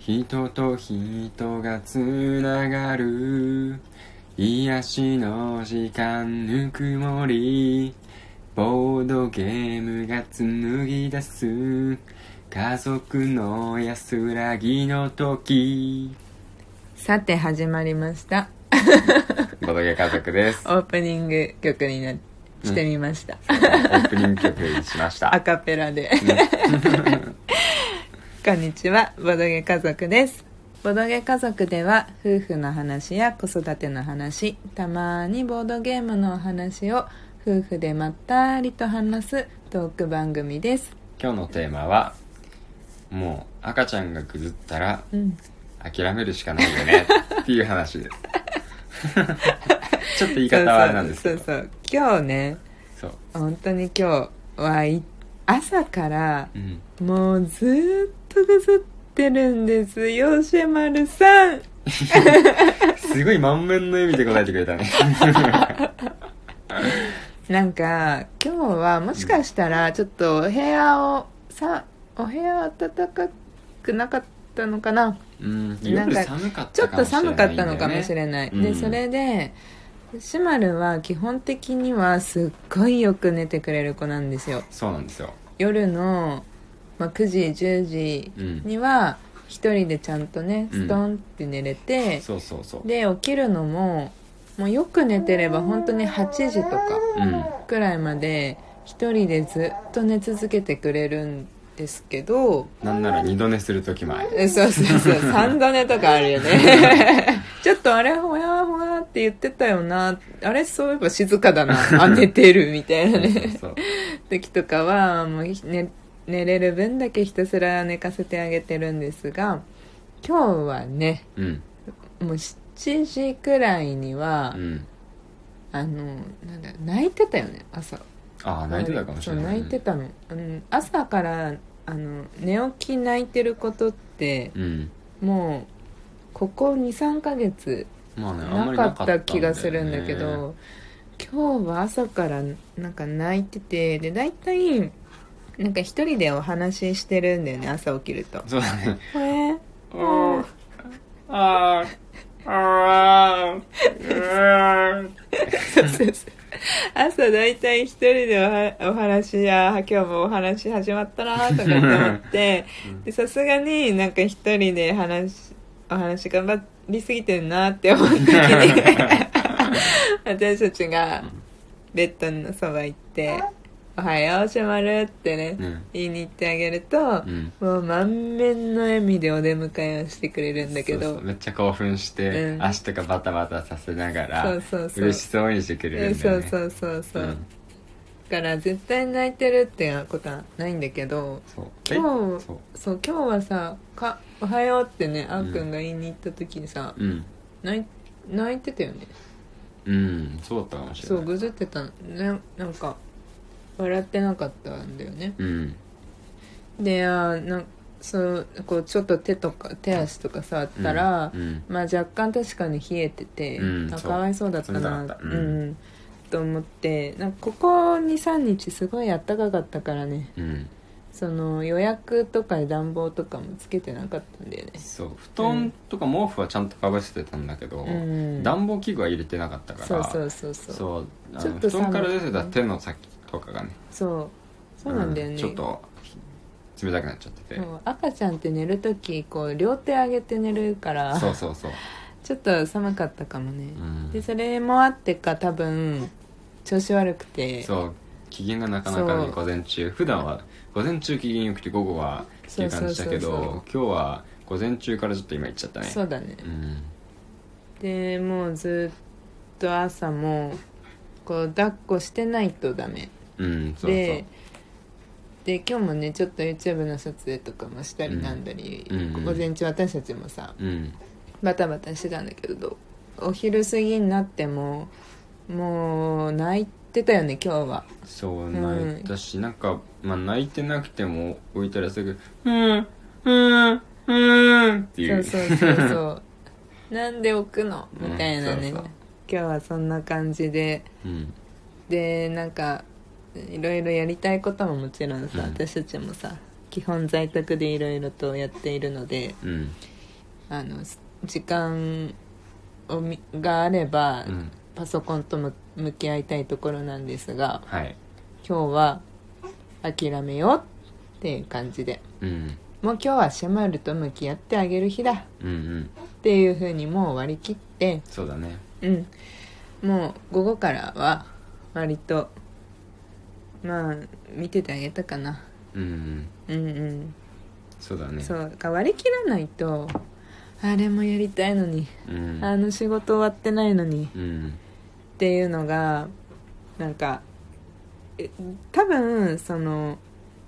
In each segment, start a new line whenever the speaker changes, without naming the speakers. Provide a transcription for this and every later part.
人と人がつながる癒しの時間ぬくもりボードゲームが紡ぎ出す家族の安らぎの時
さて始まりました
ボドゲ家族です
オープニング曲になしてみまし
オ
た、
ープニング曲にしまし
ア
た
カペラで こんにちはボドゲ家族ですボドゲ家族では夫婦の話や子育ての話たまにボードゲームのお話を夫婦でまったりと話すトーク番組です
今日のテーマはもう赤ちゃんがぐずったら
うん
諦めるしかないよねっていう話ですちょっと言い方はあれなんですけ
そ
ど
うそうそうそう今日ね
そう
本当に今日はい朝から
うん
もうずーっとぐずってるんですよしまるさん
すごい満面の笑みで答えてくれたね
なんか今日はもしかしたらちょっとお部屋をさお部屋暖かくなかったのかな
うん
なん
夜
か
寒かっ
ち
た
ょっ
かも
と
しれないんだよね
寒かったのかもしれない、
うん
でそれでシマルは基本的にはすっごいよく寝てくれる子なんですよ
そうなんですよ
夜の、まあ、9時10時
うん
には一人でちゃんとね
うん
ストンって寝れて、
そうそうそう
で起きるのももうよく寝てれば本当に8時とか
うん
くらいまで一人でずっと寝続けてくれるんですけど
なんなら二度寝する時前
えそうそうそう3度寝とかあるよね ちょっとあれほやほやって言ってたよなあれそういえば静かだなあ寝てるみたい
そ
な
うそう
ね
そう
時とかはもうひ、ね、寝れる分だけひたすら寝かせてあげてるんですが今日はね
うん
もう7時くらいには、
うん
あのなんだ泣いてたよね朝
ああ泣いてたかもしれない
そう泣いてたの、うん、朝からあの寝起き泣いてることって
うん
もうここ23ヶ月
まあねあんま
な
り
か
な
っ
かったんだよ
た
ね
気がするんだけど今日は朝からなんか泣いててで大体なんか一人でお話ししてるんだよね朝起きると
そうだ ね
「これ
ああああ
朝大体一人でおはお話や今日もお話始まったなとかって思ってでさすがになんか一人で話お話頑張りすぎてんなって思った時 に私たちがベッドのそば行って「おはようしまる」ってね、
うん
言いに行ってあげると、
うん
もう満面の笑みでお出迎えをしてくれるんだけ
そ
ど
うそうめっちゃ興奮して、
うん
足とかバタバタさせながら
そうそうそう
嬉しそうにしてくれ
え
るんだ
そ
よ
う
ね
そうそうそう、
うん
だから絶対泣いてるってことはないんだけど
そう
今日
そう
そう今日はさ「かおはよう」ってねあ
ん
ーくんが言いに行った時にさ、
うん
泣い泣いてたよね
うんそうだったかもしれ
そ
ないう
ぐずってたのねなんか笑ってなかったんだよね
うん
であーなそうこうちょっと手とか手足とか触ったら、
うん
まあ若干確かに冷えてて、
うん
あ
そう
かわいそうだったな
冷たかった
う、
うんん
と思ってなんかここ23日すごいあったかかったからね
うん
その予約とかで暖房とかもつけてなかったんだよね
そう布団とか毛布はちゃんとかぶせてたんだけど、
うん
暖房器具は入れてなかったから
そうそうそうそうそう
そうあの
ちょっと
布団から
寒
出
い
てた手の先とかがね
そうなんだよね、
うちょっと冷たくなっちゃってて
そう赤ちゃんって寝る時こう両手上げて寝るから
そうそうそう、
ちょっと寒かったかもね
う、ん
でそれもあってか多分調子悪くて
そう機嫌がなかなか
そ
ね
う
午前中普段は午前中機嫌よくて午後はっていう感じだけ
そうそうそう
ど今日は午前中からちょっと今行っちゃったね
そうだね
うん
でもうずっと朝もこう抱っこしてないとダメ
うんそうそ
で
う
で今日もねちょっと YouTube の撮影とかもしたりなんだり、
うんうんうん
午前中私たちもさ
うん
バタバタしてたんだけどお昼過ぎになってももう泣いてたよね今日は
そうん泣いたし、なんか、まあ、泣いてなくても置いたらすぐ「うんうんうん」ってい
そううそうそ うそうなんで置くのみたいなね、
うんそうそう
今日はそんな感じで
うん
でなんかいろいろやりたいことももちろん
う
さ、
ん
私たちもさ基本在宅でいろいろとやっているので
うん
あのす時間をみがあれば、
うん
パソコンとむ向き合いたいところなんですが
はい
今日は諦めようっていう感じで
うん
もう今日はシェマルと向き合ってあげる日だっ
うんうん
ていうふうにもう割り切って
そうだね
うんもう午後からは割とまあ見ててあげたかな
うんうん
うんうん
そうだね
そうだから割り切らないとあれもやりたいのに、
うん
あの仕事終わってないのにっ
うん
ていうのがなんかえ多分その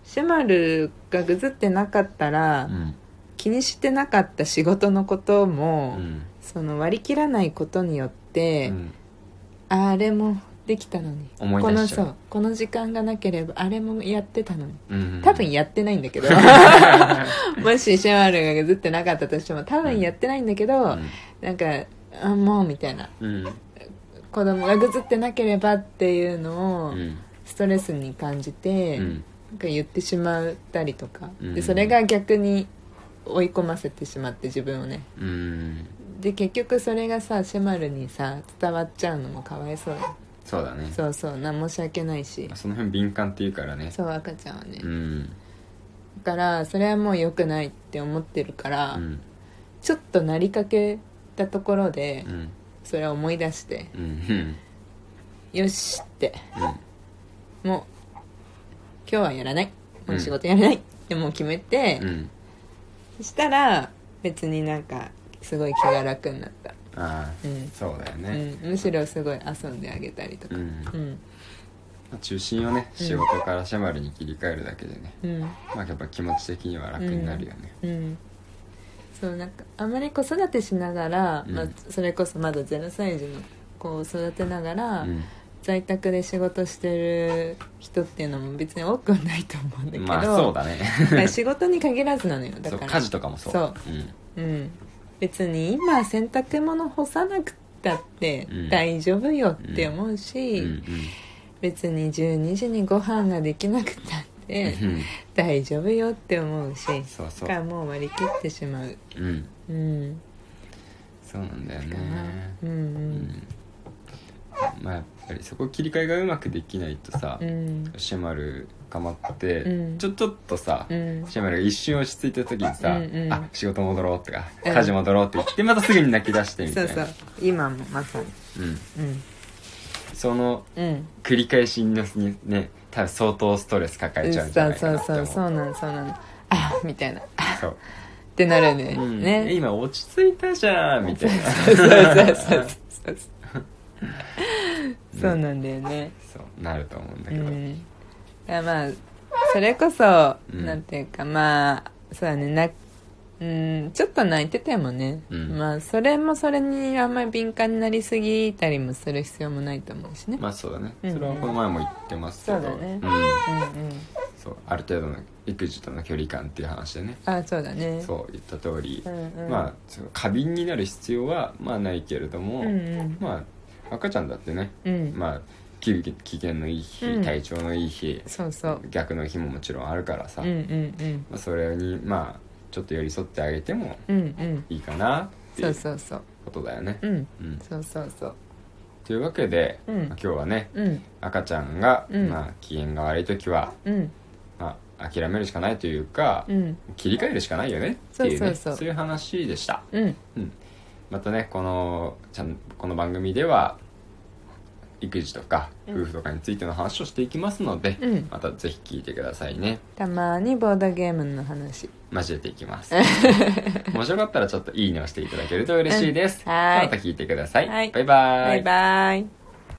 シェマルがぐずってなかったら、
うん
気にしてなかった仕事のこと
う
も、
ん
その割り切らないことによって、
うん
あれもできたのに
思い
こ
出
の
しちゃ
そううこの時間がなければあれもやってたのに
うん
多分やってないんだ けどもしシェマルがずってなかったとしても多分やってないんだけど、なんかあもうみたいな
うん
子供がぐずってなければっていうの
う
を
ん
ストレスに感じて、
うん
なんか言ってしまったりとか、
うん
でそれが逆に追い込ませてしまって自分をね
うん
で結局それがさシェマルにさ伝わっちゃうのもかわいそうだ
そうだね
そうそうな申し訳ないし
その辺敏感っていうからね
そう赤ちゃんはね、
う
だ
ん
からそれはもう良くないって思ってるから、
うん
ちょっとなりかけたところで、
うん
それを思い出して
うんうん
よしって
うん
もう今日はやらないもううん仕事やらないってもう決めて、
うん
そしたら別になんかすごい気が楽になった、
ああ
うん
そうだよね
うん、むしろすごい遊んであげたりとか
うん
うん
まあ中心をね仕事からシャバルに切り替えるだけでね
うん
まあやっぱ気持ち的には楽になるよね
うんそうなんかあまり子育てしながら、
うん
まあ、それこそまだ0歳児の子を育てながら、
うん
在宅で仕事してる人っていうのも別に多くはないと思うんだけど、
まあそうだね
まあ仕事に限らずなのよだ
そう
から
家事とかもそう
そううん、別に今洗濯物干さなくたって
うん
大丈夫よって思うし、
うんうん
別に12時にご飯ができなくたって
うんうん
大丈夫よって思うし
そうそ
だから
う
もう割り切ってしまう
うん
うん
そうなんだよ
かな
ね
うん
うんまあやっぱりそこ切り替えがうまくできないとさ
うんうん
シェマルかまって
うん
ちょちょっとさ
うん
シェマルが一瞬落ち着いた時にさ
うんうん
あ仕事戻ろう」とか「
うん
家事戻ろう」って言ってまたすぐに泣き出してみ
そ
た
う
い
そ
な
う今もまさに
うん
うん
その
うん
繰り返しにね多分相当ストレス抱えちゃうんじゃ
そう
ない
そ
か
う
なって
そ
思
う
う
そうなんそうなんあみたいなっ
そう
てなるね、
うんえ
ね
今落ち着いたじゃんみたいな
そうそうそうそうそうそうなんだよね
そうなると思うんだ
う
けど
んだからまあそれこそ、
うん
なんていうかまあそうだねなうんちょっと泣いててもね、
うん
まあそれもそれにあんまり敏感になりすぎたりもする必要もないと思うしね、
まあそうだね
うん
それはこの前も言ってますけど
そうだね
ん
うんうん
そうある程度の育児との距離感っていう話でね
あそうだね
そう言った通り
うんうん、
まあそう過敏になる必要はまあないけれども
うんうん
まあ赤ちゃんだってね
うん、
まあ機機嫌のいい日
うん
体調のいい日
そうそう
逆の日ももちろんあるからさ
うんうん
まあ、それにまあちょっと寄り添ってあげても
うんうんうん
いいかなってい
そう
う
そうそう
ことだよね。
うん
うん
そうそうそう
というわけで、
うん
まあ今日はね
うん
赤ちゃんが、
うん
まあ、機嫌が悪い時は、
うん
まあ、諦めるしかないというか、
うん
切り替えるしかないよねっていうね
そうそうそう
いう話でした。
うん
またねこのちゃんこの番組では育児とか
うん
夫婦とかについての話をしていきますので、
うん
またぜひ聞いてくださいね
たまにボードゲームの話
交えていきます面白かったらちょっといいねをしていただけると嬉しいです、
うんはい
また聞いてください、
はい
バイバ
バイバイ